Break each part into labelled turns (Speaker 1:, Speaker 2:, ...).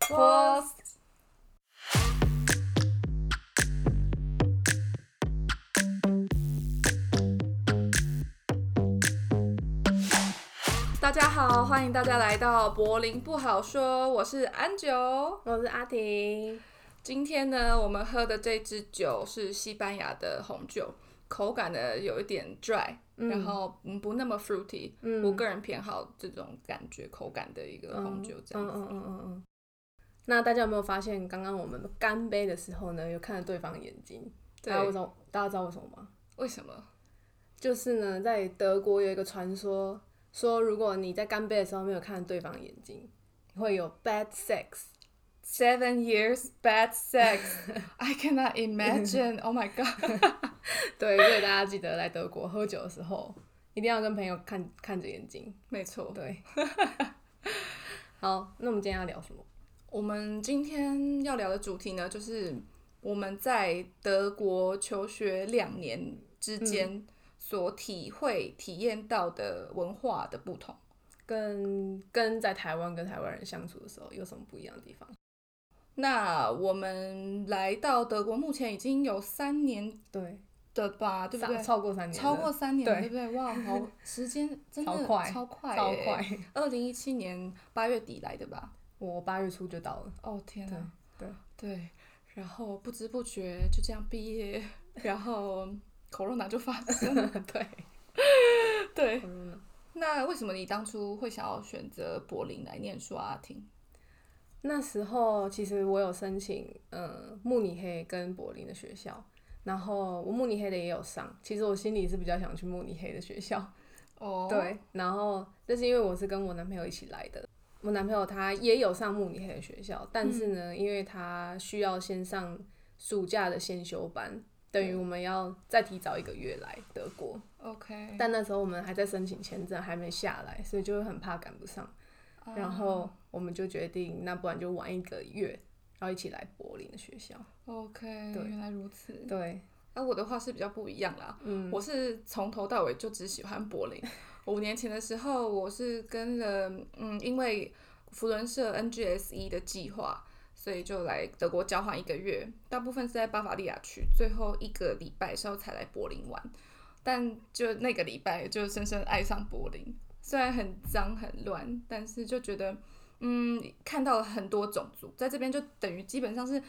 Speaker 1: Prost！大家好，欢迎大家来到柏林不好说，我是安九。
Speaker 2: 我是阿婷，
Speaker 1: 今天呢，我们喝的这支酒是西班牙的红酒，口感呢有一点 dry，、然后嗯不那么 fruity，、我个人偏好这种感觉口感的一个红酒这样
Speaker 2: 嗯嗯
Speaker 1: 子。
Speaker 2: 嗯嗯嗯嗯。那大家有没有发现，刚刚我们干杯的时候呢，有看着对方的眼睛？大家知
Speaker 1: 对，
Speaker 2: 道大家知道为什么吗？
Speaker 1: 为什么？
Speaker 2: 就是呢，在德国有一个传说，说如果你在干杯的时候没有看着对方的眼睛，你会有 bad sex。
Speaker 1: Seven years bad sex. I cannot imagine. Oh my god.
Speaker 2: 对，所以大家记得来德国喝酒的时候，一定要跟朋友看看着眼睛。
Speaker 1: 没错，
Speaker 2: 对。 好，那我们今天要聊什么？
Speaker 1: 我们今天要聊的主题呢，就是我们在德国求学两年之
Speaker 2: 嗯
Speaker 1: 间所体会、体验到的文化的不同。
Speaker 2: 跟跟在台湾跟台湾人相处的时候有什么不一样的地方？
Speaker 1: 那我们来到德国，目前已经有三年
Speaker 2: 对，
Speaker 1: 的吧，啊对不
Speaker 2: 超
Speaker 1: 对？
Speaker 2: 超过三年了，
Speaker 1: 超过三年，对
Speaker 2: 对
Speaker 1: 不对？哇，好，时间真的
Speaker 2: 超快
Speaker 1: 超快，
Speaker 2: 超。快。
Speaker 1: 二零一七年八月底来的吧？
Speaker 2: 我八月初就到 了，
Speaker 1: 哦天哪！
Speaker 2: 对
Speaker 1: 对，然后不知不觉就这样毕业，然后 corona 就发生了。
Speaker 2: 对，
Speaker 1: 对，
Speaker 2: 嗯
Speaker 1: 那为什么你当初会想要选择柏林来念书啊？婷，
Speaker 2: 那时候其实我有申请，呃，慕尼黑跟柏林的学校，然后我慕尼黑的也有上。其实我心里是比较想去慕尼黑的学校，
Speaker 1: 哦，
Speaker 2: 对。然后那是因为我是跟我男朋友一起来的，我男朋友他也有上慕尼黑的学校，但
Speaker 1: 嗯
Speaker 2: 是呢，因为他需要先上暑假的先修班，等于我们要再提早一个月来德国。
Speaker 1: ，OK，
Speaker 2: 但那时候我们还在申请签证，还没下来，所以就会很怕赶不上。
Speaker 1: 啊
Speaker 2: 然后我们就决定，那不然就玩一个月，然后一起来柏林的学校。
Speaker 1: OK，
Speaker 2: 对
Speaker 1: 原来如此。
Speaker 2: 对，
Speaker 1: 那、我的话是比较不一样啦，
Speaker 2: 嗯，
Speaker 1: 我是从头到尾就只喜欢柏林。五年前的时候，我是跟了嗯，因为福伦社 NGSE E 的计划，所以就来德国交换一个月，大部分是在巴伐利亚区，最后一个礼拜是要才来柏林玩。但就那个礼拜，就深深爱上柏林。虽然很脏很乱，但是就觉得，嗯，看到了很多种族，在这边就等于基本上是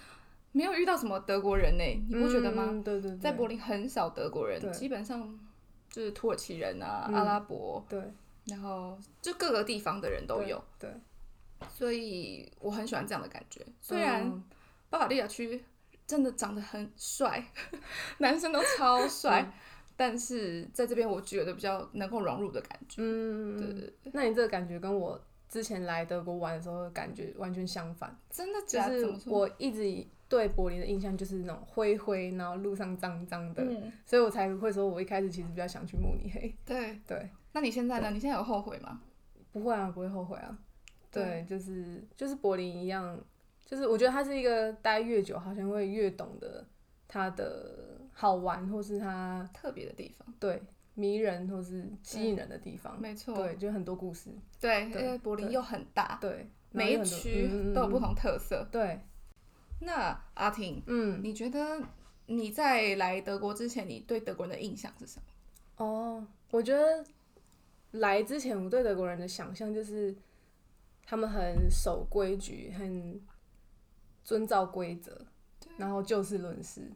Speaker 1: 没有遇到什么德国人呢、欸你不觉得吗？
Speaker 2: 嗯对对对，
Speaker 1: 在柏林很少德国人，
Speaker 2: 对
Speaker 1: 基本上就是土耳其人啊、
Speaker 2: 嗯
Speaker 1: 阿拉伯，
Speaker 2: 对
Speaker 1: 然后就各个地方的人都
Speaker 2: 对
Speaker 1: 有，
Speaker 2: 对，
Speaker 1: 所以我很喜欢这样的感觉。虽然
Speaker 2: 嗯
Speaker 1: 巴伐利亚区真的长得很帅， 男生都超帅，但是在这边我觉得比较能够融入的感觉。
Speaker 2: 嗯，
Speaker 1: 对
Speaker 2: 嗯
Speaker 1: 对
Speaker 2: 嗯那你这个感觉跟我之前来德国玩的时候的感觉完全相反，
Speaker 1: 真的
Speaker 2: 就
Speaker 1: 假的？
Speaker 2: 是
Speaker 1: 啊怎么说？
Speaker 2: 我一直以对柏林的印象就是那种灰灰，然后路上脏脏的，
Speaker 1: 嗯，
Speaker 2: 所以我才会说我一开始其实比较想去慕尼黑。
Speaker 1: 对。
Speaker 2: 对，
Speaker 1: 那你现在呢？你现在有后悔吗？
Speaker 2: 不会啊，不会后悔啊。
Speaker 1: 对
Speaker 2: 对，就是就是柏林一样，就是我觉得它是一个待越久，好像会越懂得它的好玩，或是它
Speaker 1: 特别的地方，
Speaker 2: 对迷人或是吸引人的地方。
Speaker 1: 没错，
Speaker 2: 嗯对，就很多故事。
Speaker 1: 对，
Speaker 2: 对
Speaker 1: 因为柏林
Speaker 2: 对
Speaker 1: 又很大，
Speaker 2: 对，
Speaker 1: 每一
Speaker 2: 然后很多
Speaker 1: 区都有不。
Speaker 2: 嗯嗯嗯
Speaker 1: 同特色。
Speaker 2: 对，
Speaker 1: 那阿婷，
Speaker 2: 嗯，
Speaker 1: 你觉得你在来德国之前，你对德国人的印象是什么？
Speaker 2: 哦，我觉得来之前我对德国人的想象就是他们很守规矩，很遵照规则，然后就事论事，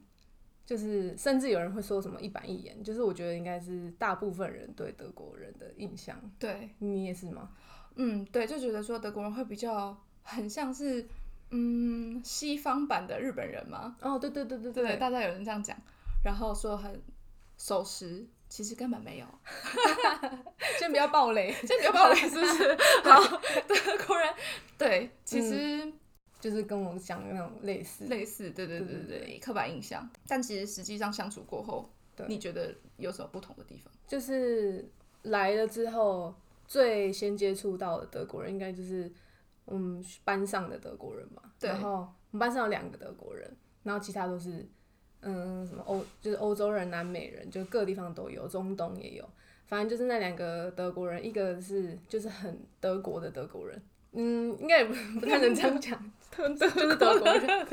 Speaker 2: 就是甚至有人会说什么一板一眼，就是我觉得应该是大部分人对德国人的印象。
Speaker 1: 对，
Speaker 2: 你也是吗？
Speaker 1: 嗯，对，就觉得说德国人会比较很像是嗯西方版的日本人嘛，
Speaker 2: 哦，对对对对
Speaker 1: 对，大家有人这样讲，然后说很守时，其实根本 没有，
Speaker 2: 先不要暴 雷，
Speaker 1: 这比较不好意思， 是不是？好，德国人对，其实、
Speaker 2: 就是跟我讲的那种类似。
Speaker 1: 类似，对对对对对，刻板印象，但其实实际上相处过后，
Speaker 2: 对
Speaker 1: 你觉得有什么不同的地方？
Speaker 2: 就是来了之后，最先接触到的德国人，应该就是嗯班上的德国人嘛。
Speaker 1: 对
Speaker 2: 然后我们班上有两个德国人，然后其他都是嗯什么欧就是欧洲人、南美人，就各地方都有，中东也有。反正就是那两个德国人，一个是就是很德国的德国人，嗯，应该也不不太能这样讲，就是德国人。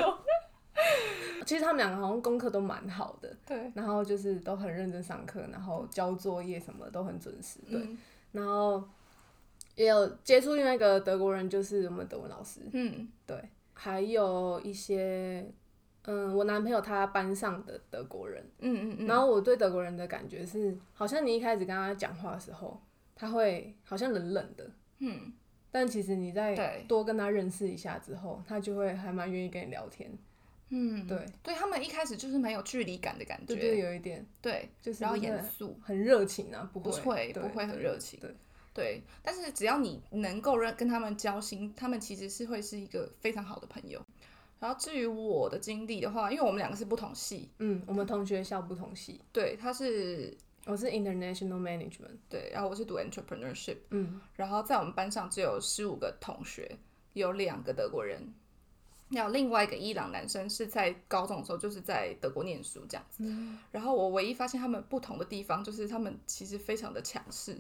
Speaker 2: 其实他们两个好像功课都蛮好的，
Speaker 1: 对，
Speaker 2: 然后就是都很认真上课，然后交作业什么的都很准时，对。
Speaker 1: 嗯
Speaker 2: 然后也有接触另外一个德国人，就是我们德文老师，
Speaker 1: 嗯
Speaker 2: 对，还有一些，嗯，我男朋友他班上的德国人，
Speaker 1: 嗯嗯嗯，
Speaker 2: 然后我对德国人的感觉是，好像你一开始跟他讲话的时候，他会好像冷冷的，
Speaker 1: 嗯，
Speaker 2: 但其实你在
Speaker 1: 对
Speaker 2: 多跟他认识一下之后，他就会还蛮愿意跟你聊天，
Speaker 1: 嗯，
Speaker 2: 对，
Speaker 1: 对他们一开始就是蛮有距离感的感觉，
Speaker 2: 对对，有一点
Speaker 1: 对
Speaker 2: 就是
Speaker 1: 嗯然后
Speaker 2: 不是
Speaker 1: 严
Speaker 2: 很
Speaker 1: 肃，
Speaker 2: 很热情啊，不
Speaker 1: 不
Speaker 2: 会
Speaker 1: 会
Speaker 2: 对
Speaker 1: 不会很热情，
Speaker 2: 对
Speaker 1: 对，但是只要你能够认跟他们交心，他们其实是会是一个非常好的朋友。然后至于我的经历的话，因为我们两个是不同系，
Speaker 2: 嗯，我们同学校不同系，
Speaker 1: 对，他是
Speaker 2: 我是 international management，
Speaker 1: 对，然后我是读 entrepreneurship，
Speaker 2: 嗯，
Speaker 1: 然后在我们班上只有十五个同学，有两个德国人，然后另外一个伊朗男生是在高中的时候就是在德国念书这样子。
Speaker 2: 嗯
Speaker 1: 然后我唯一发现他们不同的地方就是他们其实非常的强势，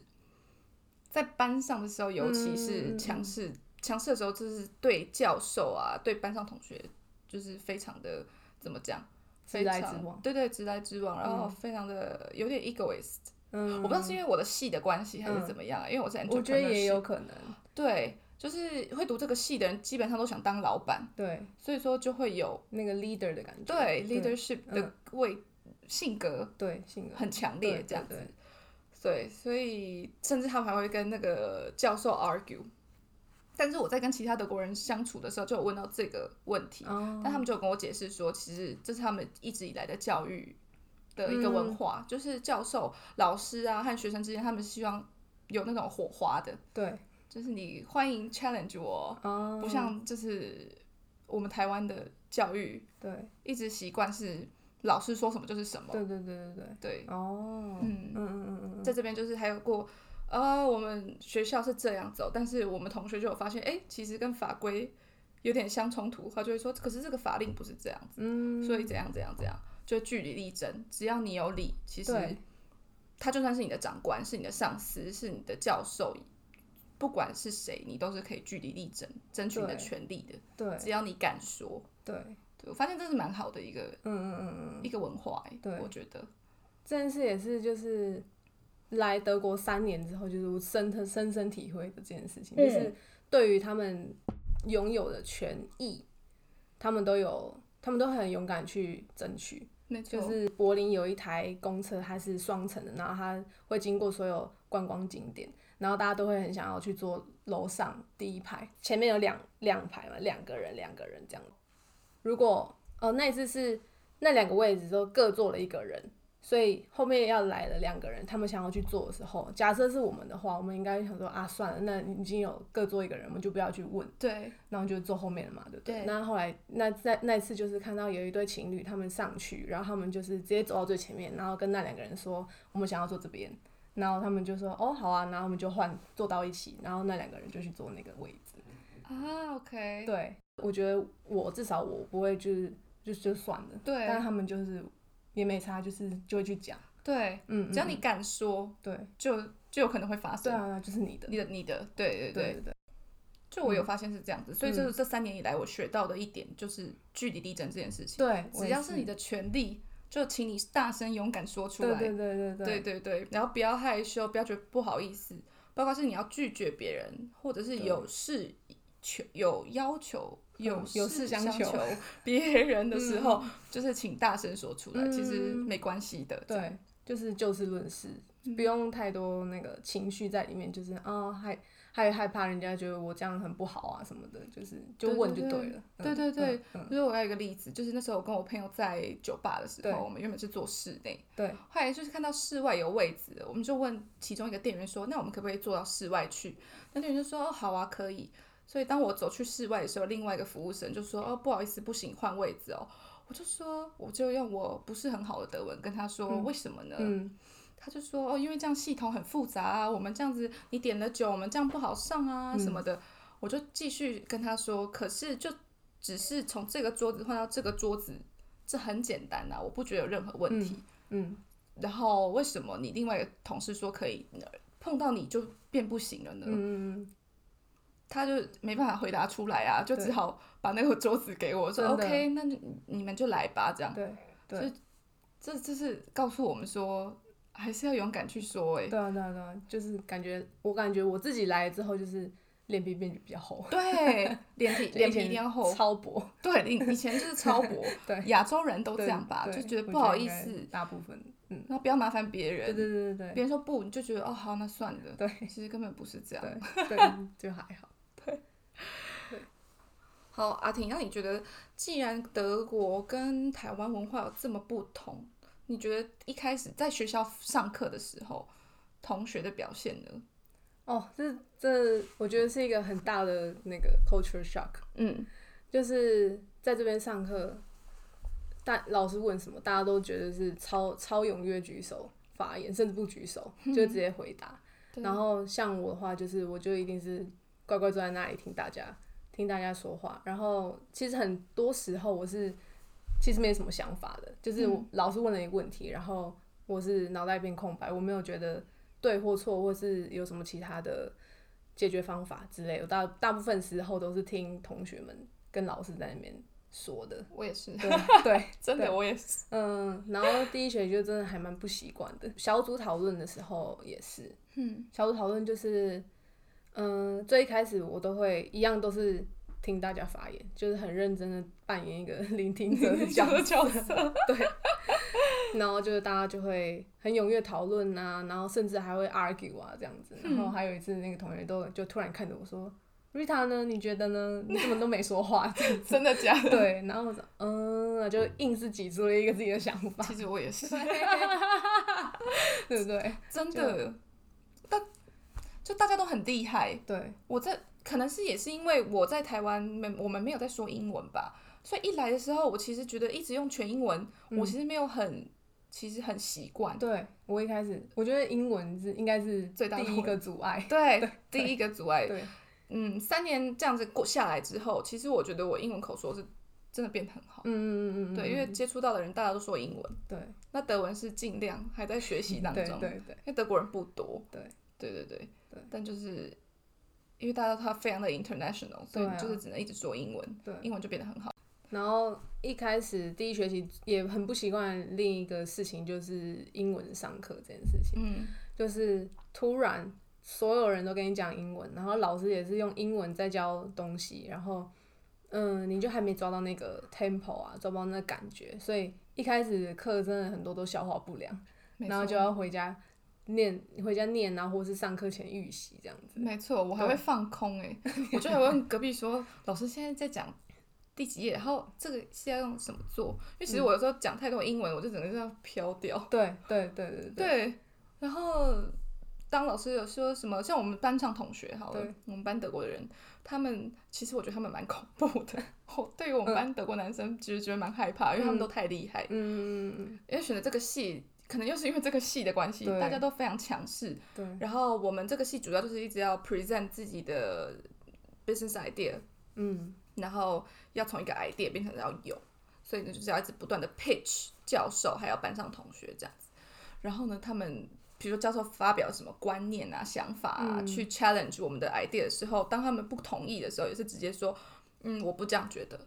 Speaker 1: 在班上的时候尤其
Speaker 2: 嗯嗯
Speaker 1: 是
Speaker 2: 嗯
Speaker 1: 强势，强势的时候就是对教授啊，对班上同学就是非常的怎么讲？
Speaker 2: 直来直
Speaker 1: 非常
Speaker 2: 往，
Speaker 1: 对对，直来直往，然后非常的有点 egoist，
Speaker 2: 嗯，
Speaker 1: 我不知道是因为我的系的关系还是怎么样，因为我是 entrepreneur，
Speaker 2: 我觉得也有可能，
Speaker 1: 对，就是会读这个系的人基本上都想当老板，
Speaker 2: 对，
Speaker 1: 所以说就会有
Speaker 2: 那个 leader 的感觉，
Speaker 1: 对
Speaker 2: 对嗯
Speaker 1: leadership 的位性格
Speaker 2: 对性格
Speaker 1: 很强
Speaker 2: 对
Speaker 1: 烈
Speaker 2: 对
Speaker 1: 这样子
Speaker 2: 对。
Speaker 1: 对，所以甚至他们还会跟那个教授 argue。但是我在跟其他德国人相处的时候，就有问到这个问题，
Speaker 2: 哦，
Speaker 1: 但他们就有跟我解释说，其实这是他们一直以来的教育的一个文
Speaker 2: 嗯
Speaker 1: 化，就是教授、老师啊和学生之间，他们希望有那种火花的，
Speaker 2: 对，
Speaker 1: 就是你欢迎 challenge 我，
Speaker 2: 哦，
Speaker 1: 不像就是我们台湾的教育
Speaker 2: 对，
Speaker 1: 一直习惯是老师说什么就是什么，
Speaker 2: 对对对对对，
Speaker 1: 对，
Speaker 2: 哦，
Speaker 1: 嗯
Speaker 2: 嗯嗯嗯嗯
Speaker 1: 在这边就是还有过。呃，我们学校是这样走，但是我们同学就有发现，哎、其实跟法规有点相冲突，他就会说，可是这个法令不是这样子。
Speaker 2: 嗯，
Speaker 1: 所以怎样怎样怎样，就据理力争。只要你有理，其实
Speaker 2: 对
Speaker 1: 他就算是你的长官、是你的上司、是你的教授，不管是谁，你都是可以据理力争，争取你的
Speaker 2: 对
Speaker 1: 权利的。
Speaker 2: 对
Speaker 1: 只要你敢说，
Speaker 2: 对，
Speaker 1: 对我发现这是蛮好的一个
Speaker 2: 嗯嗯嗯嗯，
Speaker 1: 一个文化、欸，
Speaker 2: 对
Speaker 1: 我觉得，
Speaker 2: 这件事也是就是来德国三年之后，就是我深深深深体会的这件事情，
Speaker 1: 嗯
Speaker 2: 就是对于他们拥有的权益，他们都有，他们都很勇敢去争取，
Speaker 1: 没错，
Speaker 2: 就是柏林有一台公车，它是双层的，然后它会经过所有观光景点，然后大家都会很想要去坐楼上第一排，前面有两两排嘛，两个人两个人这样。如果哦那一次是那两个位置都各坐了一个人，所以后面要来了两个人，他们想要去坐的时候，假设是我们的话，我们应该想说啊算了，那已经有各坐一个人，我们就不要去问。
Speaker 1: 对，
Speaker 2: 然后就坐后面了嘛，对不对？
Speaker 1: 对
Speaker 2: 那后来那在那一次就是看到有一对情侣，他们上去，然后他们就是直接走到最前面，然后跟那两个人说我们想要坐这边，然后他们就说哦好啊，然后我们就换坐到一起，然后那两个人就去坐那个位置。
Speaker 1: 啊，OK，
Speaker 2: 对，我觉得我至少我不会就是就就算了，
Speaker 1: 对
Speaker 2: 但他们就是也没差，就是就会去讲，
Speaker 1: 对，
Speaker 2: 嗯，
Speaker 1: 只要
Speaker 2: 嗯
Speaker 1: 你敢说，
Speaker 2: 对
Speaker 1: 就就有可能会发
Speaker 2: 对
Speaker 1: 生。
Speaker 2: 啊，就是你的，
Speaker 1: 你的你的，对对对，
Speaker 2: 对对对，嗯
Speaker 1: 就我有发现是这样子，所以这是这三年以来我学到的一点就是据理力争这件事情。
Speaker 2: 对，我
Speaker 1: 只
Speaker 2: 也
Speaker 1: 要是你的权利，就请你大声勇敢说出
Speaker 2: 对
Speaker 1: 来。
Speaker 2: 对对对对
Speaker 1: 对对对然后不要害羞，不要觉得不好意思，包括是你要拒绝别人，或者是有事求有要求。有
Speaker 2: 嗯有事
Speaker 1: 事
Speaker 2: 相
Speaker 1: 求
Speaker 2: 求
Speaker 1: 别人的时候，就是请大声说出来，其实
Speaker 2: 嗯
Speaker 1: 没关系的。这样，嗯
Speaker 2: 对，就是就事论事，不用太多那个情绪在里面，就是啊、害害害怕人家觉得我这样很不好啊什么的，就是
Speaker 1: 对
Speaker 2: 就
Speaker 1: 对
Speaker 2: 问就
Speaker 1: 对
Speaker 2: 了。
Speaker 1: 对
Speaker 2: 嗯
Speaker 1: 对对，
Speaker 2: 嗯嗯
Speaker 1: 就是我要一个例子，就是那时候我跟我朋友在酒吧的时
Speaker 2: 对
Speaker 1: 候，我们原本是坐室内，
Speaker 2: 对
Speaker 1: 后来就是看到室外有位置了，我们就问其中一个店员说：“那我们可不可以坐到室外去？”那店员就说：“哦，好啊，可以。”所以当我走去室外的时候，另外一个服务生就说：“哦，不好意思，不行，换位置哦。”我就说，我就用我不是很好的德文跟他说：“为什么呢？”
Speaker 2: 嗯
Speaker 1: 他就说：“哦，因为这样系统很复杂啊，我们这样子你点了酒，我们这样不好上啊、
Speaker 2: 嗯
Speaker 1: 什么的。”我就继续跟他说：“可是就只是从这个桌子换到这个桌子，这很简单啊，我不觉得有任何问题。
Speaker 2: 嗯，
Speaker 1: 然后为什么你嗯另外一个同事说可以，呃碰到你就变不行了呢？
Speaker 2: 嗯嗯嗯
Speaker 1: 他就没办法回答出来啊，就
Speaker 2: 对
Speaker 1: 只好把那个桌子给我，说
Speaker 2: 真的
Speaker 1: OK，那就你们就来吧，这样。
Speaker 2: 嗯对对
Speaker 1: 所以这就是告诉我们说，还是要勇敢去说、欸，
Speaker 2: 对啊对啊对啊，就是感觉我感觉我自己来之后就是脸皮变得比较厚，
Speaker 1: 对，脸 皮脸皮一定要厚，
Speaker 2: 超薄，，
Speaker 1: 对，以以前就是超薄
Speaker 2: 对，
Speaker 1: 亚洲人都
Speaker 2: 都
Speaker 1: 这样吧，就觉得不好意思，，
Speaker 2: 大部分，嗯，
Speaker 1: 那不要麻烦别
Speaker 2: 对
Speaker 1: 人，
Speaker 2: 对对对
Speaker 1: 别人说不，你就觉得哦好，那算了，
Speaker 2: 对
Speaker 1: 其实根本不是这样。
Speaker 2: 对对对，就还好。
Speaker 1: 好，阿婷，那你觉得既然德国跟台湾文化有这么不同，你觉得一开始在学校上课的时候，同学的表现呢？
Speaker 2: 哦，这这我觉得是一个很大的那个 culture shock，
Speaker 1: 嗯，
Speaker 2: 就是在这边上课，大老师问什么，大家都觉得是超超踊跃举手发言，甚至不举手就直接回答。
Speaker 1: 对
Speaker 2: 然后像我的话，就是我就一定是乖乖坐在那里听大家听大家说话。然后其实很多时候我是其实没什么想法的，就是我老师问了一个问题，然后我是脑袋一片空白，我没有觉得对或错，或是有什么其他的解决方法之类的。我大大部分时候都是听同学们跟老师在那边说的。
Speaker 1: 我也是，
Speaker 2: 对啊对，
Speaker 1: 真的
Speaker 2: 对
Speaker 1: 我也是，
Speaker 2: 嗯，然后第一学期就真的还蛮不习惯的。小组讨论的时候也是，
Speaker 1: 嗯，
Speaker 2: 小组讨论就是，嗯，最一开始我都会一样都是听大家发言，就是很认真的扮演一个 聆听者的角 色，
Speaker 1: 角色，
Speaker 2: 然后就是大家就会很踊跃讨论啊，然后甚至还会 argue 啊这样子。然后还有一次那个同学都就突然看着我说：“Rita 呢？你觉得呢？你怎么都没说话？”
Speaker 1: 真的 假的？
Speaker 2: 对，然后我说：“嗯，就硬是挤出了一个自己的想法，
Speaker 1: 其实我也 是，
Speaker 2: 对不对？
Speaker 1: 真的，但就大家都很厉害。
Speaker 2: 对，
Speaker 1: 我在可能是也是因为我在台湾没我们没有在说英文吧，所以一来的时候，我其实觉得一直用全英文，
Speaker 2: 嗯
Speaker 1: 我其实没有很，其实很习惯。
Speaker 2: 对我一开始我觉得英文是应该是
Speaker 1: 最大的
Speaker 2: 第一个阻碍，
Speaker 1: 对，第一个阻碍。
Speaker 2: 对，
Speaker 1: 嗯，三年这样子过下来之后，其实我觉得我英文口说是真的变得很好。
Speaker 2: 嗯嗯嗯嗯，
Speaker 1: 对，因为接触到的人大家都说英文，
Speaker 2: 对
Speaker 1: 那德文是尽量还在学习当
Speaker 2: 对
Speaker 1: 中，
Speaker 2: 对对
Speaker 1: 因为德国人不多。
Speaker 2: 对，
Speaker 1: 对对对
Speaker 2: 对
Speaker 1: 但就是因为大家都他非常的 international，所
Speaker 2: 对
Speaker 1: 以
Speaker 2: 啊
Speaker 1: 就是只能一直说英文，
Speaker 2: 对。
Speaker 1: 英文就变得很好。
Speaker 2: 然后一开始第一学期也很不习惯另一个事情，就是英文上课这件事情，
Speaker 1: 嗯，
Speaker 2: 就是突然所有人都跟你讲英文，然后老师也是用英文在教东西，然后嗯，你就还没抓到那个 tempo 啊，抓不到那个感觉，所以一开始课真的很多都消化不良，
Speaker 1: 没
Speaker 2: 然后
Speaker 1: 错
Speaker 2: 就要回家念，回家念，然后或是上课前预习这样子。
Speaker 1: 没错，我还会放空哎、 我就还会问隔壁说，老师现在在讲第几页，然后这个是要用什么做？因为
Speaker 2: 嗯
Speaker 1: 其实我有时候讲太多英文，我就整个这样飘掉。
Speaker 2: 对对对对对，
Speaker 1: 对，然后当老师有说什么，像我们班上同学好了
Speaker 2: 对，
Speaker 1: 我们班德国的人，他们其实我觉得他们蛮恐怖的。我对于我们班德国男生，其实觉得蛮害怕，因为他们都太厉害。
Speaker 2: 嗯，
Speaker 1: 因为选择这个系，可能又是因为这个系的关系，
Speaker 2: 对
Speaker 1: 大家都非常强势。
Speaker 2: 对
Speaker 1: 然后我们这个系主要就是一直要 present 自己的 business idea，
Speaker 2: 嗯，
Speaker 1: 然后要从一个 idea 变成要有，所以呢就是要一直不断的 pitch 教授，还有班上同学这样子。然后呢，他们比如说教授发表什么观念啊、想法啊，去 challenge 我们的 idea 的时候，当他们不同意的时候，也是直接说，嗯，我不这样觉得，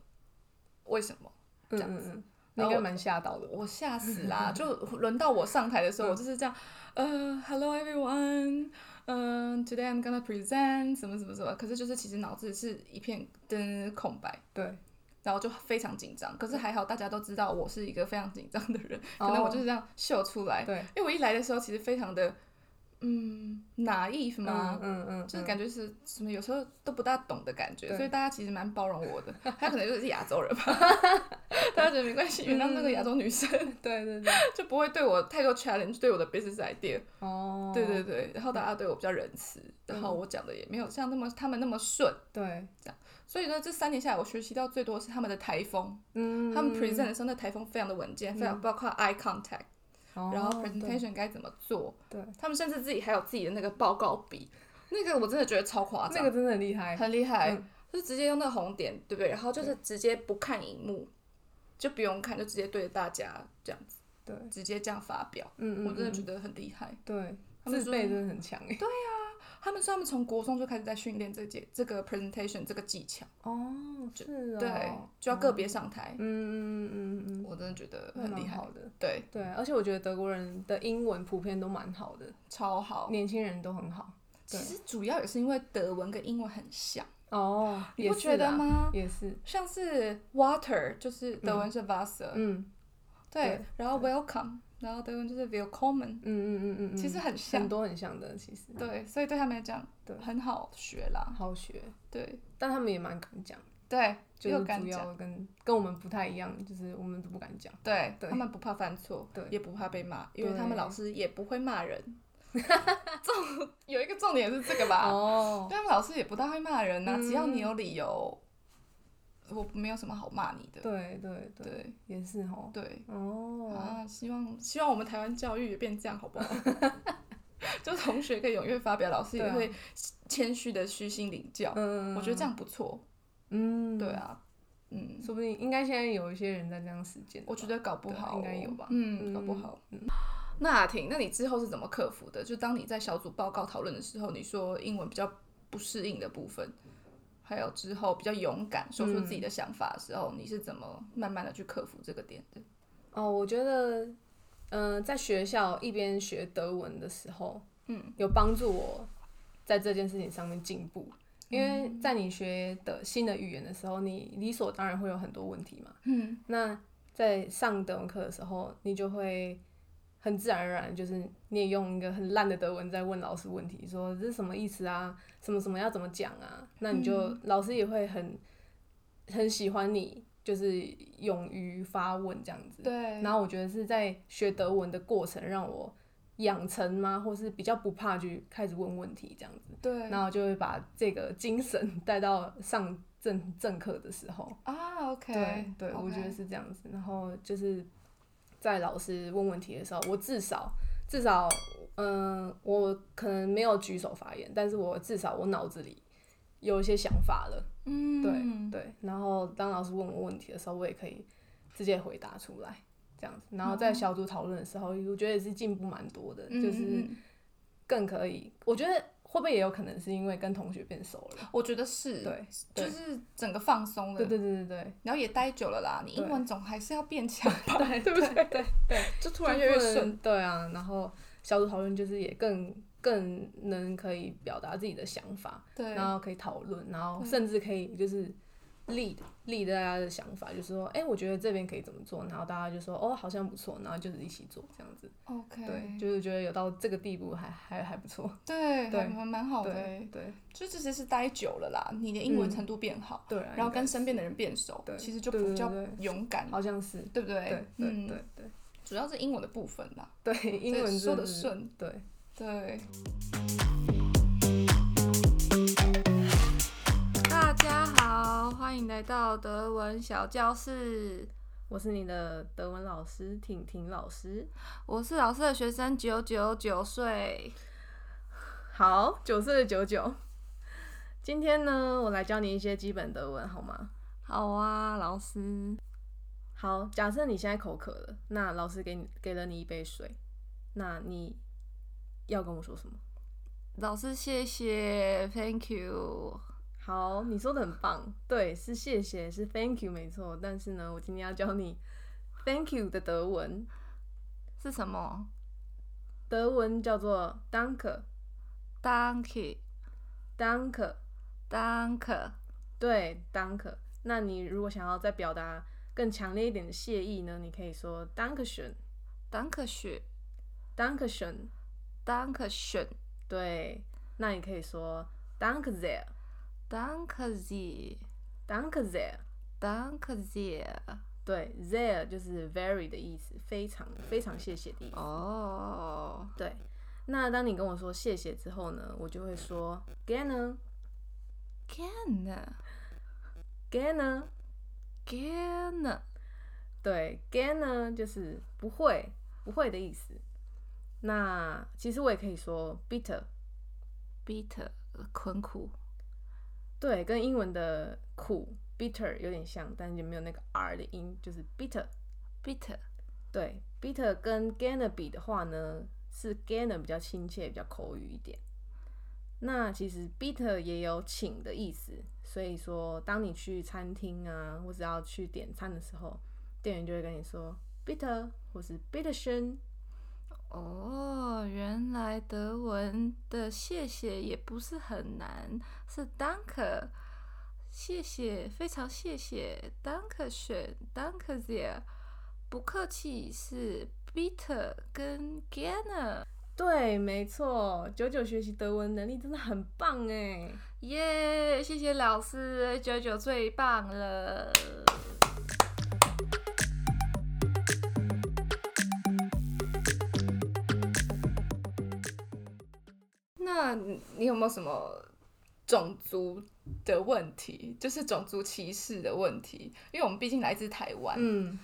Speaker 1: 为什么？这
Speaker 2: 嗯
Speaker 1: 样
Speaker 2: 嗯嗯，你应该蛮吓到的。
Speaker 1: 我吓死啦！就轮到我上台的时候，我就是这样，呃，Hello everyone，嗯、t o d a y I'm gonna present 什么什么什么，可是就是其实脑子是一片灯空白，
Speaker 2: 对，
Speaker 1: 然后就非常紧张。
Speaker 2: 嗯
Speaker 1: 可是还好大家都知道我是一个非常紧张的人，可能
Speaker 2: 哦
Speaker 1: 我就是这样秀出来。
Speaker 2: 对，
Speaker 1: 因为我一来的时候其实非常的，嗯，naive 嘛，
Speaker 2: 嗯嗯嗯，
Speaker 1: 就是感觉是什么，有时候都不大懂的感觉，
Speaker 2: 对
Speaker 1: 所以大家其实蛮包容我 的。还有可能就是亚洲人吧，大家觉得没关系，原谅那
Speaker 2: 嗯
Speaker 1: 个亚洲女生，
Speaker 2: 对对对，
Speaker 1: 就不会对我太多 challenge，对我的 business idea。
Speaker 2: 哦，嗯
Speaker 1: 对对对，然后大家对我比较仁慈，然后我讲的也没有像那么他们那么顺。
Speaker 2: 对，
Speaker 1: 所以呢，这三年下来，我学习到最多是他们的台风，
Speaker 2: 嗯，
Speaker 1: 他们 present 的时候，那台风非常的稳健，非常包括 eye contact，
Speaker 2: 哦
Speaker 1: 然后 presentation 该怎么做，
Speaker 2: 对，对
Speaker 1: 他们甚至自己还有自己的那个报告笔，那个我真的觉得超夸张
Speaker 2: 那，个真的很厉害，
Speaker 1: 很厉害，
Speaker 2: 嗯
Speaker 1: 就是直接用那个红点，对不对？然后就是直接不看荧幕，就不用看，就直接对着大家这样子，
Speaker 2: 对，
Speaker 1: 直接这样发表，
Speaker 2: 嗯嗯，
Speaker 1: 我真的觉
Speaker 2: 嗯
Speaker 1: 得很厉害。
Speaker 2: 对，
Speaker 1: 他们
Speaker 2: 自
Speaker 1: 说
Speaker 2: 备真的很强哎，对，
Speaker 1: 他们说他们从国中就开始在训练这节这个 presentation 这个技巧，
Speaker 2: 哦，是哦，
Speaker 1: 对，就要个别上台。
Speaker 2: 嗯嗯嗯嗯嗯，
Speaker 1: 我真的觉得
Speaker 2: 那
Speaker 1: 很
Speaker 2: 蛮
Speaker 1: 厉害，
Speaker 2: 好的。
Speaker 1: 对，
Speaker 2: 对，而且我觉得德国人的英文普遍都蛮好的，
Speaker 1: 超好。
Speaker 2: 年轻人都很好。
Speaker 1: 其
Speaker 2: 对
Speaker 1: 实主要也是因为德文跟英文很像，
Speaker 2: 哦，
Speaker 1: 你
Speaker 2: 也
Speaker 1: 不
Speaker 2: 是
Speaker 1: 觉得
Speaker 2: 啦？
Speaker 1: 吗？
Speaker 2: 也是，
Speaker 1: 像是 water 就是德文是 Wasser，、
Speaker 2: 嗯
Speaker 1: 对
Speaker 2: 对，
Speaker 1: 然后 welcome，然后德文就是 willkommen，
Speaker 2: 嗯嗯嗯嗯嗯，
Speaker 1: 其实很像
Speaker 2: 很。多很像的，其实
Speaker 1: 对，所以对他们来讲，
Speaker 2: 对
Speaker 1: 很好学啦。
Speaker 2: 好学，
Speaker 1: 对
Speaker 2: 但他们也蛮敢讲，
Speaker 1: 对，
Speaker 2: 就
Speaker 1: 又
Speaker 2: 是
Speaker 1: 敢
Speaker 2: 主
Speaker 1: 讲，
Speaker 2: 要跟跟我们不太一样，就是我们都不敢讲。
Speaker 1: 对
Speaker 2: 对
Speaker 1: 他们不怕犯错，
Speaker 2: 对
Speaker 1: 也不怕被骂，因为
Speaker 2: 对
Speaker 1: 他们老师也不会骂人。 重有一个重点是这个吧，
Speaker 2: 哦，
Speaker 1: 对他们老师也不大会骂人呐、
Speaker 2: 嗯
Speaker 1: 只要你有理由，我没有什么好骂你的。
Speaker 2: 对对对，
Speaker 1: 对
Speaker 2: 也是哦。
Speaker 1: 对
Speaker 2: 哦，
Speaker 1: 啊，希望希望我们台湾教育也变这样，好不 好？就同学可以踊跃发表，老师
Speaker 2: 对
Speaker 1: 也
Speaker 2: 啊
Speaker 1: 会谦虚的虚心领教，
Speaker 2: 嗯，
Speaker 1: 我觉得这样不错。
Speaker 2: 嗯，
Speaker 1: 对，啊，嗯，
Speaker 2: 说不定应该现在有一些人在这样实践吧。
Speaker 1: 我觉得搞不
Speaker 2: 对
Speaker 1: 好
Speaker 2: 应该有吧
Speaker 1: 嗯，
Speaker 2: 嗯
Speaker 1: 搞不好。那雅婷，那你之后是怎么克服的？就当你在小组报告讨论的时候，你说英文比较不适应的部分，还有之后比较勇敢说出自己的想法的时候，你是怎么慢慢的去克服这个点的？
Speaker 2: 哦，我觉得，嗯、在学校一边学德文的时候，
Speaker 1: 嗯，
Speaker 2: 有帮助我在这件事情上面进步。因为
Speaker 1: 嗯
Speaker 2: 在你学的新的语言的时候，你理所当然会有很多问题嘛。
Speaker 1: 嗯，
Speaker 2: 那在上德文课的时候，你就会很自然而然，就是你也用一个很烂的德文在问老师问题，说这是什么意思啊？什么什么要怎么讲啊？那你就、
Speaker 1: 嗯
Speaker 2: 老师也会很很喜欢你，就是勇于发问这样子。
Speaker 1: 对，
Speaker 2: 然后我觉得是在学德文的过程，让我养成吗，或是比较不怕去开始问问题这样子，
Speaker 1: 对
Speaker 2: 然后就会把这个精神 带到上正正课的时候。
Speaker 1: 啊，OK，
Speaker 2: 对对，我觉得
Speaker 1: OK
Speaker 2: 是这样子。然后就是在老师问问题的时候，我至少至少，嗯、我可能没有举手发言，但是我至少我脑子里有一些想法了。
Speaker 1: 嗯，
Speaker 2: 对、对，然后当老师问我问题的时候，我也可以直接回答出来，这样子。然后在小组讨论的时候，我觉得也是进步蛮多的，
Speaker 1: 哦嗯，
Speaker 2: 就是
Speaker 1: 嗯
Speaker 2: 更可以。我觉得会不会也有可能是因为跟同学变熟了？
Speaker 1: 我觉得是，
Speaker 2: 对，
Speaker 1: 就
Speaker 2: 对
Speaker 1: 是整个放松了，
Speaker 2: 对对对对对
Speaker 1: 然后也待久了啦，你英
Speaker 2: 对
Speaker 1: 文总还是要变强吧，
Speaker 2: 对，对不对？对，
Speaker 1: 就突
Speaker 2: 突
Speaker 1: 然越来越顺。。
Speaker 2: 对啊，然后小组讨论就是也更更能可以表达自己的想法，
Speaker 1: 对，
Speaker 2: 然后可以讨论，然后
Speaker 1: 对
Speaker 2: 甚至可以就是 lead lead 大家的想法，就是说，哎、我觉得这边可以怎么做，然后大家就说，哦，好像不错，然后就是一起做这样子。
Speaker 1: OK，
Speaker 2: 对，就是觉得有到这个地步还还还不错。
Speaker 1: 对，
Speaker 2: 对
Speaker 1: 还蛮蛮好的
Speaker 2: 对
Speaker 1: 欸，
Speaker 2: 对
Speaker 1: 就这些是待久了啦，你的英文
Speaker 2: 嗯
Speaker 1: 程度变好，
Speaker 2: 对啊，
Speaker 1: 然后
Speaker 2: 应该
Speaker 1: 跟身边的人变熟，
Speaker 2: 对
Speaker 1: 其实就
Speaker 2: 对对
Speaker 1: 比较
Speaker 2: 对
Speaker 1: 勇敢，
Speaker 2: 好像是
Speaker 1: 对不对？
Speaker 2: 对对
Speaker 1: 嗯，
Speaker 2: 对对
Speaker 1: 主要是英文的部分啦，
Speaker 2: 对，英
Speaker 1: 对
Speaker 2: 文
Speaker 1: 说
Speaker 2: 真
Speaker 1: 的
Speaker 2: 是
Speaker 1: 顺，
Speaker 2: 对。
Speaker 1: 对。大家好，欢迎来到德文小教室，
Speaker 2: 我是你的德文老师婷婷老师，
Speaker 1: 我是老师的学生九九九岁，
Speaker 2: 好，九岁的九九。今天呢，我来教你一些基本德文，好吗？
Speaker 1: 好啊，老师，
Speaker 2: 好，假设你现在口渴了，那老师给你给了你一杯水，那你要跟我说什么？
Speaker 1: 老师谢谢，Thank you。
Speaker 2: 好，你说的很棒，对，是谢谢，是 thank you，没错。但是呢，我今天要教你 thank you 的德文，
Speaker 1: 是什么
Speaker 2: 德文叫做 danke
Speaker 1: ？Danke
Speaker 2: danke，
Speaker 1: Danke
Speaker 2: 对 danke。那你如果想要再表达更强烈一点的谢意呢，你可以说 danke schön
Speaker 1: Danke schön
Speaker 2: danke schön，
Speaker 1: Danke schön
Speaker 2: 对，那你可以说 danke sehr
Speaker 1: Danke Sie
Speaker 2: danke sehr，
Speaker 1: Danke sehr
Speaker 2: 对，sehr 就是 very 的意思，非常非常谢谢的意思。
Speaker 1: 哦
Speaker 2: 对，那当你跟我说谢谢之后呢，我就会说 gerne
Speaker 1: gerne
Speaker 2: gerne，
Speaker 1: gerne
Speaker 2: 对，gerne 就是不会不会的意思。那其实我也可以说 bitter，
Speaker 1: bitter 呃困苦
Speaker 2: 对，跟英文的苦 bitter 有点像，但也没有那个 r 的音，就是 bitter。
Speaker 1: bitter
Speaker 2: 对，bitter 跟 gerne 比的话呢，是 gerne 比较亲切，比较口语一点。
Speaker 3: 那其实 bitter 也有请的意思，所以说当你去餐厅啊，或者要去点餐的时候，店员就会跟你说 bitter 或是 bitterchen。
Speaker 1: 哦，原来德文的谢谢也不是很难，是 danke，谢谢，非常谢谢，danke schön，danke sehr，不客气是 bitte 跟 gerne，
Speaker 3: 对，没错，九九学习德文能力真的很棒哎！
Speaker 1: 耶谢谢老师，九九最棒了。那你你有没有什么种族的问题，就是种族歧视的问题？因为我们毕竟来自台湾，
Speaker 2: 嗯，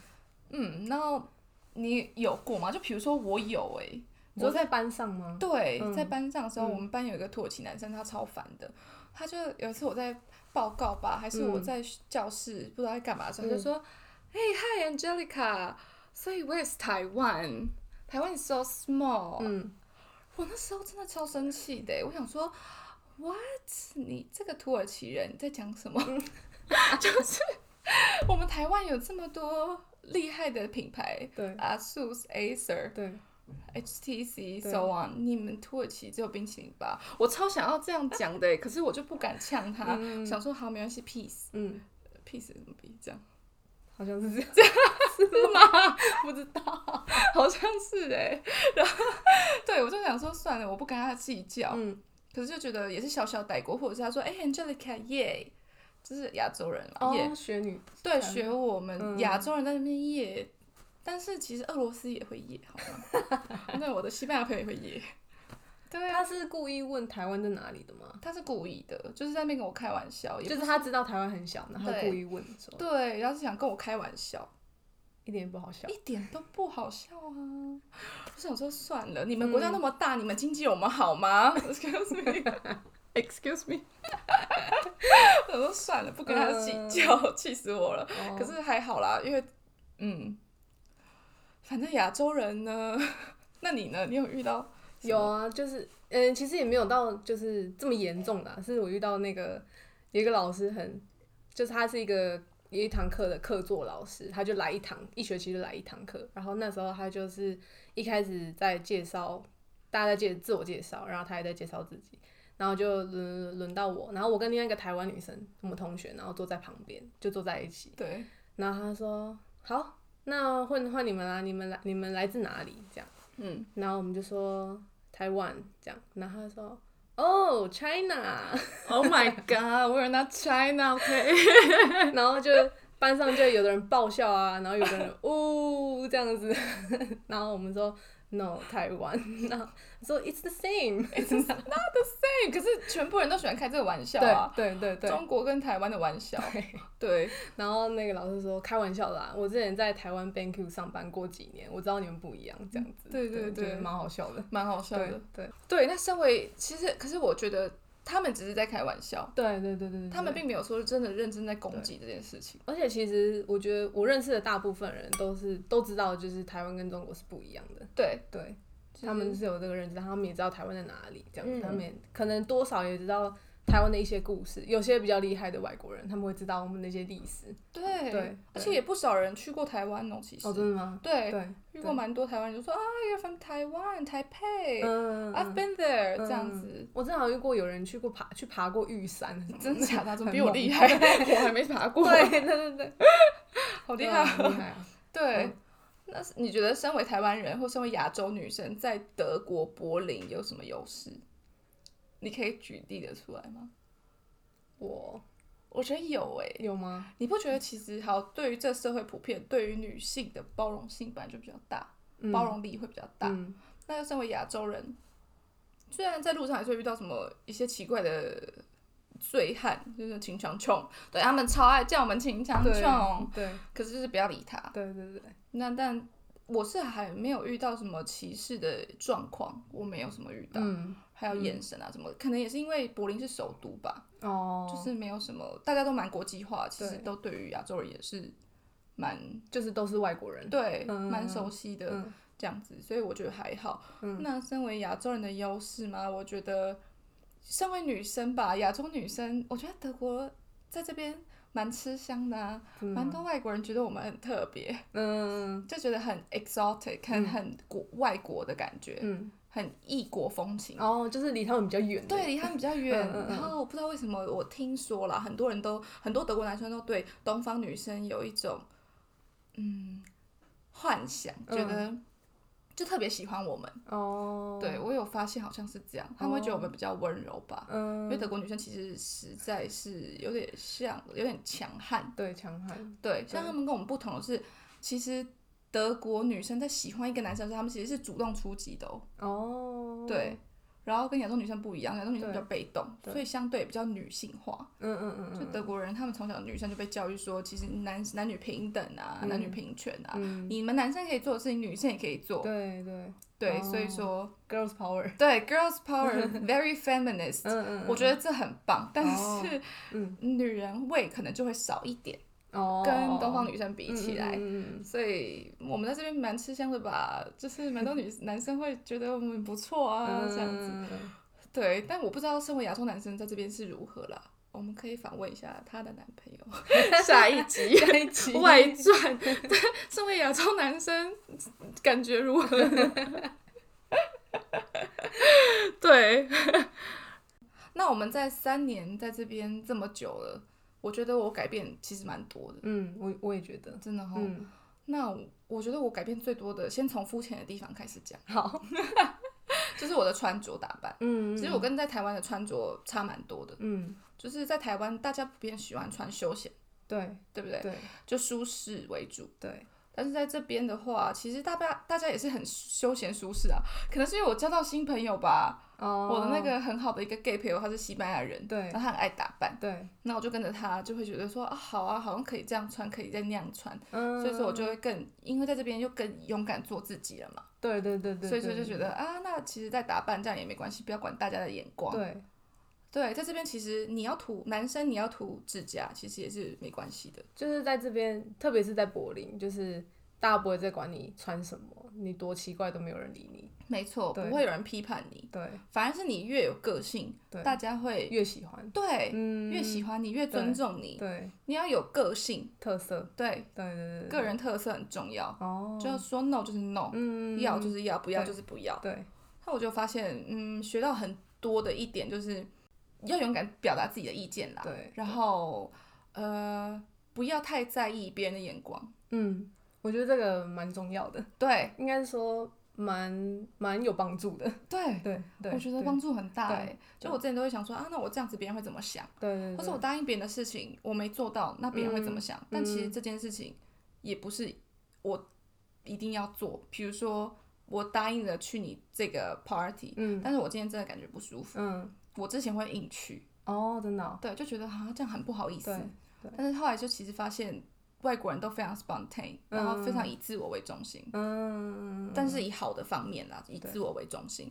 Speaker 1: 嗯，然后你有过吗？就比如说我有欸诶、
Speaker 2: 你说在班上吗？
Speaker 1: 对，
Speaker 2: 嗯
Speaker 1: 在班上的时候，
Speaker 2: 嗯
Speaker 1: 我们班有一个土耳其男生，他超烦的。他就有一次我在报告吧，还是我
Speaker 2: 嗯
Speaker 1: 在教室、不知道在干嘛的时候，他就
Speaker 2: 嗯
Speaker 1: 说：“嘿、hey,，Hi Angelica，所以 Where's Taiwan？台湾 is so small。
Speaker 2: 嗯，
Speaker 1: 我那时候真的超生气的，欸我想说，what？你这个土耳其人你在讲什么？
Speaker 2: 嗯
Speaker 1: 就是我们台湾有这么多厉害的品牌
Speaker 2: 对
Speaker 1: ，ASUS、Acer、
Speaker 2: 对，
Speaker 1: HTC、
Speaker 2: 对
Speaker 1: so on，你们土耳其只有冰淇淋吧？我超想要这样讲的，欸可是我就不敢呛
Speaker 2: 啊
Speaker 1: 他，
Speaker 3: 嗯
Speaker 1: 想说好没关系，peace，peace
Speaker 2: 嗯，
Speaker 1: 怎么比这样？
Speaker 2: 好像是这样。
Speaker 1: 是吗？不知道， 好像是哎。 然后，对我就想说算了，我不跟他计较。
Speaker 2: 嗯，
Speaker 1: 可是就觉得也是小小带过，或者是他说：“哎、a n g e l i c a 耶、就是亚洲人嘛，耶、
Speaker 2: 哦，学女，
Speaker 1: 对，
Speaker 2: 这样
Speaker 1: 学我们
Speaker 2: 嗯
Speaker 1: 亚、洲人在那边耶。”但是其实俄罗斯也会耶，好 吗？那我的西班牙朋友也会耶。对啊，
Speaker 2: 他是故意问台湾在哪里的吗？
Speaker 1: 他是故意的，就是在那边跟我开玩笑，也
Speaker 2: 就是
Speaker 1: 不
Speaker 2: 他知道台湾很小，然后
Speaker 1: 对
Speaker 2: 故意问说，
Speaker 1: 对，然后是想跟我开玩笑，
Speaker 2: 一点也不 好笑。
Speaker 1: 一点都不好笑啊！我想说算了，你们国家那么大，
Speaker 2: 嗯
Speaker 1: 你们经济有我们好吗 ？Excuse me，Excuse me，我想说算了，不跟他计较，气死我了。
Speaker 2: 哦
Speaker 1: 可是还好啦，因为嗯，反正亚洲人呢， 那你呢？你有遇到什么
Speaker 2: 有啊，就是嗯，其实也没有到就是这么严重啦，是我遇到那个有一个老师很，就是他是一个有一堂课的客座老师，他就来一堂一学期就来一堂课，然后那时候他就是一开始在介绍大家在介自我介绍，然后他也在介绍自己。然后就轮轮到我，然后我跟另外一个台湾女生，我们同学，然后坐在旁边，就坐在一起。
Speaker 1: 对
Speaker 2: 然后他说：“好，那换换你们啦，你们来，你们来自哪里？”这样。
Speaker 1: 嗯，
Speaker 2: 然后我们就说台湾这样，然后他说哦 China，
Speaker 1: ？Oh my god，we're not China，OK？、
Speaker 2: 然后就班上就有的人爆笑啊，然后有的人呜这样子， 然后我们说 no 台湾，然后他说 it's the same，
Speaker 1: 对，可是全部人都喜欢开这个玩笑啊
Speaker 2: 对。对对对，
Speaker 1: 中国跟台湾的玩笑，对，
Speaker 2: 然后那个老师说开玩笑啦，我之前在台湾 BenQ 上班过几年，我知道你们不一样这样子，
Speaker 1: 对对对
Speaker 2: 觉得蛮好笑的，
Speaker 1: 蛮好笑
Speaker 2: 对
Speaker 1: 的。
Speaker 2: 对
Speaker 1: 对，那身为其实，可是我觉得他们只是在开玩笑，
Speaker 2: 对对对对对，
Speaker 1: 他们
Speaker 2: 对
Speaker 1: 并没有说真的认真在攻击这件事情。
Speaker 2: 而且其实我觉得我认识的大部分人都是都知道，就是台湾跟中国是不一样的，
Speaker 1: 对，
Speaker 2: 对，
Speaker 1: 就是
Speaker 2: 他们是有这个认知，他们也知道台湾在哪里，这样子，
Speaker 1: 嗯
Speaker 2: 他们也可能多少也知道台湾的一些故事，有些比较厉害的外国人，他们会知道我们的一些历史。
Speaker 1: 对，
Speaker 2: 对
Speaker 1: 而且也不少人去过台湾哦，其实。
Speaker 2: 哦，真的吗？
Speaker 1: 对，
Speaker 2: 对，
Speaker 1: 遇过蛮多台湾人就说啊，You're from Taiwan, Taipei,、
Speaker 2: 嗯
Speaker 1: I've been there，、
Speaker 2: 嗯
Speaker 1: 这样子。
Speaker 2: 我正好遇过有人去过爬去爬过玉山，
Speaker 1: 真假的啊？怎么
Speaker 2: 嗯 很
Speaker 1: 比我
Speaker 2: 猛
Speaker 1: 厉害？我还没爬过，
Speaker 2: 对对对对，
Speaker 1: 好厉
Speaker 2: 对
Speaker 1: 害
Speaker 2: 啊
Speaker 1: 哦。
Speaker 2: 很厉害啊。
Speaker 1: 对
Speaker 2: 嗯，
Speaker 1: 那是你觉得身为台湾人或身为亚洲女生，在德国柏林有什么优势？你可以举例的出来吗？
Speaker 2: 我
Speaker 1: 我觉得有诶、
Speaker 2: 有吗？
Speaker 1: 你不觉得其实好？对于这社会普遍对于女性的包容性本来就比较大，
Speaker 2: 嗯
Speaker 1: 包容力会比较大。
Speaker 2: 嗯
Speaker 1: 那身为亚洲人，虽然在路上还是会遇到什么一些奇怪的醉汉，就是秦腔冲，对他们超爱叫我们秦腔
Speaker 2: 对
Speaker 1: 冲，
Speaker 2: 对
Speaker 1: 可是就是不要理他。
Speaker 2: 对对对，
Speaker 1: 那但我是还没有遇到什么歧视的状况，我没有什么遇到，
Speaker 2: 嗯
Speaker 1: 还有眼神啊什么，可能也是因为柏林是首都吧，
Speaker 2: 哦，
Speaker 1: 就是没有什么，大家都蛮国际化，其实
Speaker 2: 对
Speaker 1: 都对于亚洲人也是蛮
Speaker 2: 就是都是外国人。
Speaker 1: 对
Speaker 2: 嗯
Speaker 1: 蛮熟悉的，
Speaker 2: 嗯
Speaker 1: 这样子，所以我觉得还好。
Speaker 2: 嗯
Speaker 1: 那身为亚洲人的优势嘛，我觉得身为女生吧，亚洲女生，我觉得德国在这边蛮吃香的啊，
Speaker 2: 真的
Speaker 1: 蛮
Speaker 2: 吗
Speaker 1: 多外国人觉得我们很特别，
Speaker 2: 嗯
Speaker 1: 就觉得很 exotic，很、
Speaker 2: 嗯
Speaker 1: 很国外国的感觉，
Speaker 2: 嗯，
Speaker 1: 很异国风情。
Speaker 2: 哦，就是离他们比较远。
Speaker 1: 对，，离他们比较远
Speaker 2: 嗯嗯。嗯
Speaker 1: 然后我不知道为什么，我听说了，很多人都很多德国男生都对东方女生有一种嗯幻想，
Speaker 2: 嗯
Speaker 1: 觉得就特别喜欢我们。
Speaker 2: 哦，
Speaker 1: 对，我有发现好像是这样，他们会觉得我们比较温柔吧。因为
Speaker 2: 嗯，
Speaker 1: 德国女生其实实在是有点像，有点强悍。
Speaker 2: 对，强悍，
Speaker 1: 对，像他们跟我们不同的是，其实德国女生在喜欢一个男生的时候，他们其实是主动出击的、哦。
Speaker 2: 哦，
Speaker 1: 对，，然后跟亚洲女生不一样，亚洲女生比
Speaker 2: 对
Speaker 1: 较被动，
Speaker 2: 对
Speaker 1: 所以相对比较女性化。
Speaker 2: 嗯嗯嗯
Speaker 1: 就
Speaker 2: 嗯，
Speaker 1: 德国人，他们从小女生就被教育说，其实男男女平等啊，男女
Speaker 2: 嗯
Speaker 1: 平权啊，
Speaker 2: 嗯，
Speaker 1: 你们男生可以做的事情，女生也可以做。
Speaker 2: 对对
Speaker 1: 对，所以
Speaker 2: 哦
Speaker 1: 说，
Speaker 2: ，girls power，
Speaker 1: 对 girls power，very feminist，
Speaker 2: 嗯嗯，
Speaker 1: 我觉
Speaker 2: 得，
Speaker 1: 得这很棒。但
Speaker 2: 哦
Speaker 1: 是
Speaker 2: 嗯，
Speaker 1: 女人味可能就会少一点，
Speaker 2: 哦，
Speaker 1: 跟东方女生比
Speaker 2: 嗯
Speaker 1: 起来。
Speaker 2: 嗯嗯
Speaker 1: 所以我们在这边蛮吃香的吧，就是蛮多 女男生会觉得我们不错啊，
Speaker 2: 嗯，
Speaker 1: 这样子。
Speaker 2: 嗯，嗯
Speaker 1: 对，但我不知道身为亚洲男生在这边是如何啦。我们可以访问一下她的男朋友。
Speaker 3: 下 一集
Speaker 2: 下嗯一嗯集
Speaker 3: 外传，
Speaker 1: 身为亚洲男生，感觉如何？
Speaker 3: 对，
Speaker 1: 那我们在三年在这边这么久了，我觉得我改变其实蛮多的，
Speaker 2: 嗯，我我也觉得，
Speaker 1: 真的哈、
Speaker 2: 嗯，
Speaker 1: 那我我觉得我改变最多的，先从肤浅的地方开始讲，
Speaker 2: 好，
Speaker 1: 就是我的穿着打扮。
Speaker 2: 嗯，
Speaker 1: 其实我跟在台湾的穿着差蛮多的，
Speaker 2: 嗯，
Speaker 1: 就是在台湾大家普遍喜欢穿休闲，
Speaker 2: 对
Speaker 1: 对不对？
Speaker 2: 对
Speaker 1: 就舒适为主。
Speaker 2: 对，
Speaker 1: 但是在这边的话，其实大家大家也是很休闲舒适啊，可能是因为我交到新朋友吧。
Speaker 2: 哦，
Speaker 1: 我的那个很好的一个 gay 朋友，他是西班牙人，
Speaker 2: 对
Speaker 1: 然后他很爱打扮，
Speaker 2: 对，
Speaker 1: 那我就跟着他，就会觉得说啊，好啊，好像可以这样穿，可以再那样穿，
Speaker 2: 嗯，
Speaker 1: 所以说我就会更，因为在这边又更勇敢做自己了嘛，
Speaker 2: 对对对对，
Speaker 1: 所以说就觉
Speaker 2: 得
Speaker 1: 得啊，那其实，在打扮这样也没关系，不要管大家的眼光。
Speaker 2: 对，
Speaker 1: 对，在这边其实你要涂男生你要涂指甲，其实也是没关系的。
Speaker 2: 就是在这边，特别是在柏林，就是大家不会再管你穿什么，你多奇怪都没有人理你，
Speaker 1: 没错，不
Speaker 2: 对
Speaker 1: 会有人批判你，
Speaker 2: 对
Speaker 1: 反而是你越有个性，
Speaker 2: 对，
Speaker 1: 大家会
Speaker 2: 越喜欢，
Speaker 1: 对、
Speaker 2: 嗯，
Speaker 1: 越喜欢你，越尊重你。
Speaker 2: 对
Speaker 1: 你要有个性，
Speaker 2: 特色，
Speaker 1: 对
Speaker 2: 对对对，对
Speaker 1: 个人特色很重要，
Speaker 2: 哦，
Speaker 1: 就要说 no 就是 no，、
Speaker 2: 嗯
Speaker 1: 要就是要，不要
Speaker 2: 对
Speaker 1: 就是不要。
Speaker 2: 对，
Speaker 1: 那我就发现，嗯，学到很多的一点就是要勇敢表达自己的意见啦。
Speaker 2: 对
Speaker 1: 然后呃，不要太在意别人的眼光。
Speaker 2: 嗯，我觉得这个蛮重要的，
Speaker 1: 对
Speaker 2: 应该是说蛮蛮有帮助的，
Speaker 1: 对，
Speaker 2: 对对，
Speaker 1: 我觉得
Speaker 2: 对
Speaker 1: 帮助很大
Speaker 2: 对
Speaker 1: 哎、就我之前都会想说啊，那我这样子别人会怎么想？
Speaker 2: 对对，
Speaker 1: 或者我
Speaker 2: 对
Speaker 1: 答应别人的事情我没做到，那别人会怎么
Speaker 2: 嗯
Speaker 1: 想？但其实
Speaker 2: 嗯
Speaker 1: 这件事情也不是我一定要做。比如说我答应了去你这个 party，、
Speaker 2: 嗯
Speaker 1: 但是我今天真的感觉不舒服，
Speaker 2: 嗯，
Speaker 1: 我之前会硬去，
Speaker 2: 哦，真的哦，
Speaker 1: 对，就觉得好啊像、这样很不好意思
Speaker 2: 对。
Speaker 1: 但是后来就其实发现外国人都非常 spontaneous，然后非常以自我为中心，
Speaker 2: 嗯，
Speaker 1: 但是以好的方面啦，以
Speaker 2: 对
Speaker 1: 自我为中心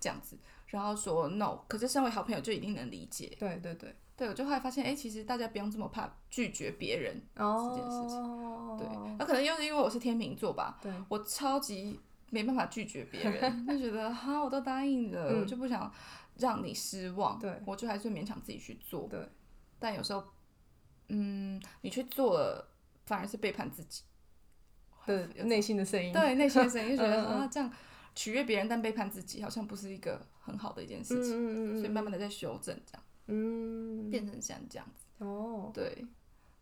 Speaker 1: 这样子。然后说 no，可是身为好朋友就一定能理解。
Speaker 2: 对对对，
Speaker 1: 对，我就后来发现，哎、其实大家不用这么怕拒绝别人。
Speaker 2: 哦，
Speaker 1: 件事对，
Speaker 2: 情
Speaker 1: 那、可能又是因为我是天秤座吧，
Speaker 2: 哦对
Speaker 1: 我超级没办法拒绝别 人，就觉得哈，我都答应了，我
Speaker 2: 嗯
Speaker 1: 就不想让你失望，
Speaker 2: 对
Speaker 1: 我就还是勉强自己去做。
Speaker 2: 对，
Speaker 1: 但有时候，嗯，你去做了，反而是背叛自己。
Speaker 2: 对对，内心的声音，
Speaker 1: 对，内心的声音就觉得
Speaker 2: 嗯嗯嗯
Speaker 1: 啊，这样取悦别人但背叛自己，好像不是一个很好的一件
Speaker 2: 嗯，
Speaker 1: 事情，
Speaker 2: 嗯嗯嗯，
Speaker 1: 所以慢慢的在修正，这样
Speaker 2: 嗯，
Speaker 1: 变成像这样子。
Speaker 2: 哦，
Speaker 1: 对，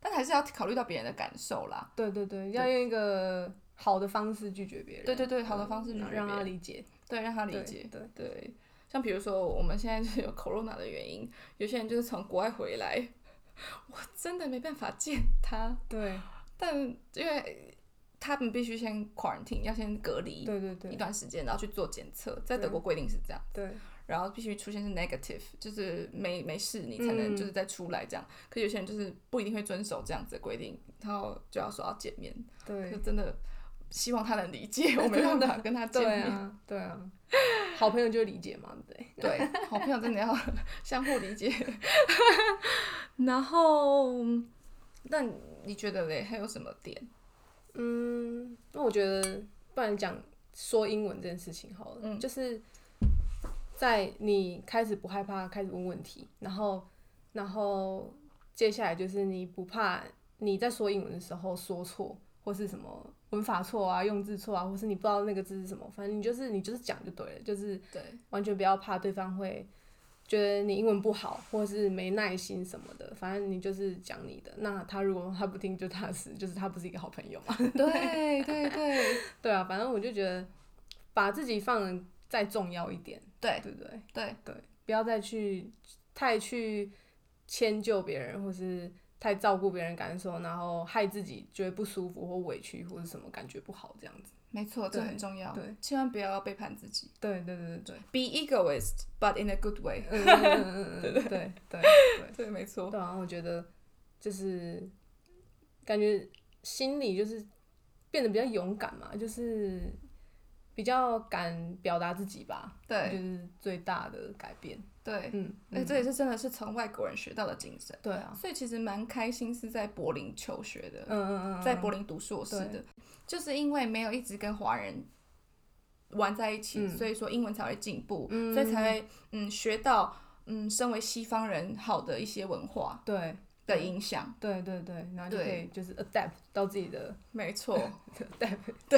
Speaker 1: 但还是要考虑到别人的感受啦。
Speaker 2: 对对对，要用一个好的方式拒绝别人，嗯
Speaker 1: 对对对，好的方式拒绝
Speaker 2: 让
Speaker 1: 别人
Speaker 2: 让他理解，
Speaker 1: 对，让他理
Speaker 2: 对
Speaker 1: 解。
Speaker 2: 对
Speaker 1: 对，像比如说我们现在就是有 corona 的原因，有些人就是从国外回来，我真的没办法见他，
Speaker 2: 对
Speaker 1: 但因为他们必须先 quarantine，要先隔离
Speaker 2: 对对
Speaker 1: 一
Speaker 2: 对
Speaker 1: 段时间，然后去做检测，在德
Speaker 2: 对
Speaker 1: 国规定是这样。
Speaker 2: 对，
Speaker 1: 然后必须出现是 negative，就是没没事你才能
Speaker 2: 嗯
Speaker 1: 就是再出来这样。可有些人就是不一定会遵守这样子的规定，然后就要说要见面，就
Speaker 2: 对
Speaker 1: 真的希望他能理解，我没办法跟他见
Speaker 2: 对
Speaker 1: 面。
Speaker 2: 啊对啊， 好朋友就理解嘛，对不对？
Speaker 1: 对，好朋友真的 要相互理 解。
Speaker 3: 然后
Speaker 1: 那你觉得嘞，还有什么点？
Speaker 2: 嗯，那我觉得，不然讲说英文这件事情好了，
Speaker 1: 嗯
Speaker 2: 就是在你开始不害怕，开始问问题，然后然后接下来就是你不怕你在说英文的时候说错或是什么文法错啊、用字错啊，或是你不知道那个字是什么，反正你就是你就是讲就对了，就是
Speaker 1: 对，
Speaker 2: 完全不要怕对方会觉得你英文不好，或是没耐心什么的，反正你就是讲你的。那他如果他不听，就他的事，就是他不是一个好朋友嘛。
Speaker 1: 对对对
Speaker 2: 对啊，反正我就觉得把自己放再重要一点，
Speaker 1: 对
Speaker 2: 对不对？
Speaker 1: 对，
Speaker 2: 对，不要再去太去迁就别人，或是太照顾别人感受，然后害自己觉得不舒服或委屈或者什么感觉不好这样子。
Speaker 1: 没错，这很重要，
Speaker 2: 对，
Speaker 1: 千万不要背叛自己。
Speaker 2: 对对对对
Speaker 1: Be egoist, but in a good way。
Speaker 2: 对，嗯嗯嗯嗯嗯，对对对。
Speaker 1: 对，没错，
Speaker 2: 对啊，我觉得就是感觉心里就是变得比较勇敢嘛，就是比较敢表达自己吧，就
Speaker 1: 对
Speaker 2: 是最大的改变。
Speaker 1: 对，
Speaker 2: 嗯，
Speaker 1: 哎，
Speaker 2: 嗯
Speaker 1: 这也是真的是从外国人学到的精神。
Speaker 2: 对啊，
Speaker 1: 所以其实蛮开心是在柏林求学的，
Speaker 2: 嗯嗯嗯，
Speaker 1: 在柏林读硕士的，就是因为没有一直跟华人玩在一起，
Speaker 2: 嗯
Speaker 1: 所以说英文才会进步，
Speaker 2: 嗯
Speaker 1: 所以才会嗯学到嗯身为西方人好的一些文化
Speaker 2: 对
Speaker 1: 的影响。
Speaker 2: 对对对，然后就
Speaker 1: 对哦
Speaker 2: 可以就是 adapt 到自己的
Speaker 1: 没 错
Speaker 2: adapt，
Speaker 1: 的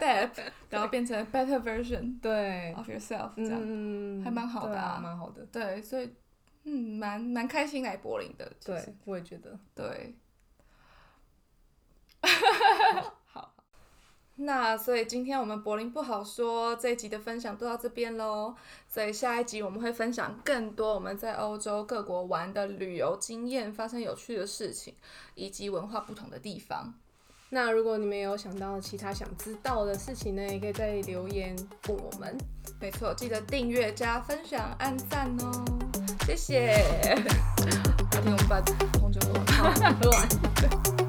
Speaker 1: step，然后变成 better version
Speaker 2: 对，
Speaker 1: of yourself 这样。
Speaker 2: 嗯，
Speaker 1: 还蛮好的
Speaker 2: 对
Speaker 1: 啊
Speaker 2: 啊，蛮好的。
Speaker 1: 对，所以嗯，蛮蛮开心来柏林的。其实
Speaker 2: 对，我也觉得。
Speaker 1: 对，好，那所以今天我们柏林不好说这一集的分享就到这边喽。所以下一集我们会分享更多我们在欧洲各国玩的旅游经验，发生有趣的事情，以及文化不同的地方。
Speaker 2: 那如果你们有想到其他想知道的事情呢，也可以在留言问我们。
Speaker 1: 没错，记得订阅加分享、按赞哦，谢谢。我听我们把红酒喝完。
Speaker 2: 好，喝完。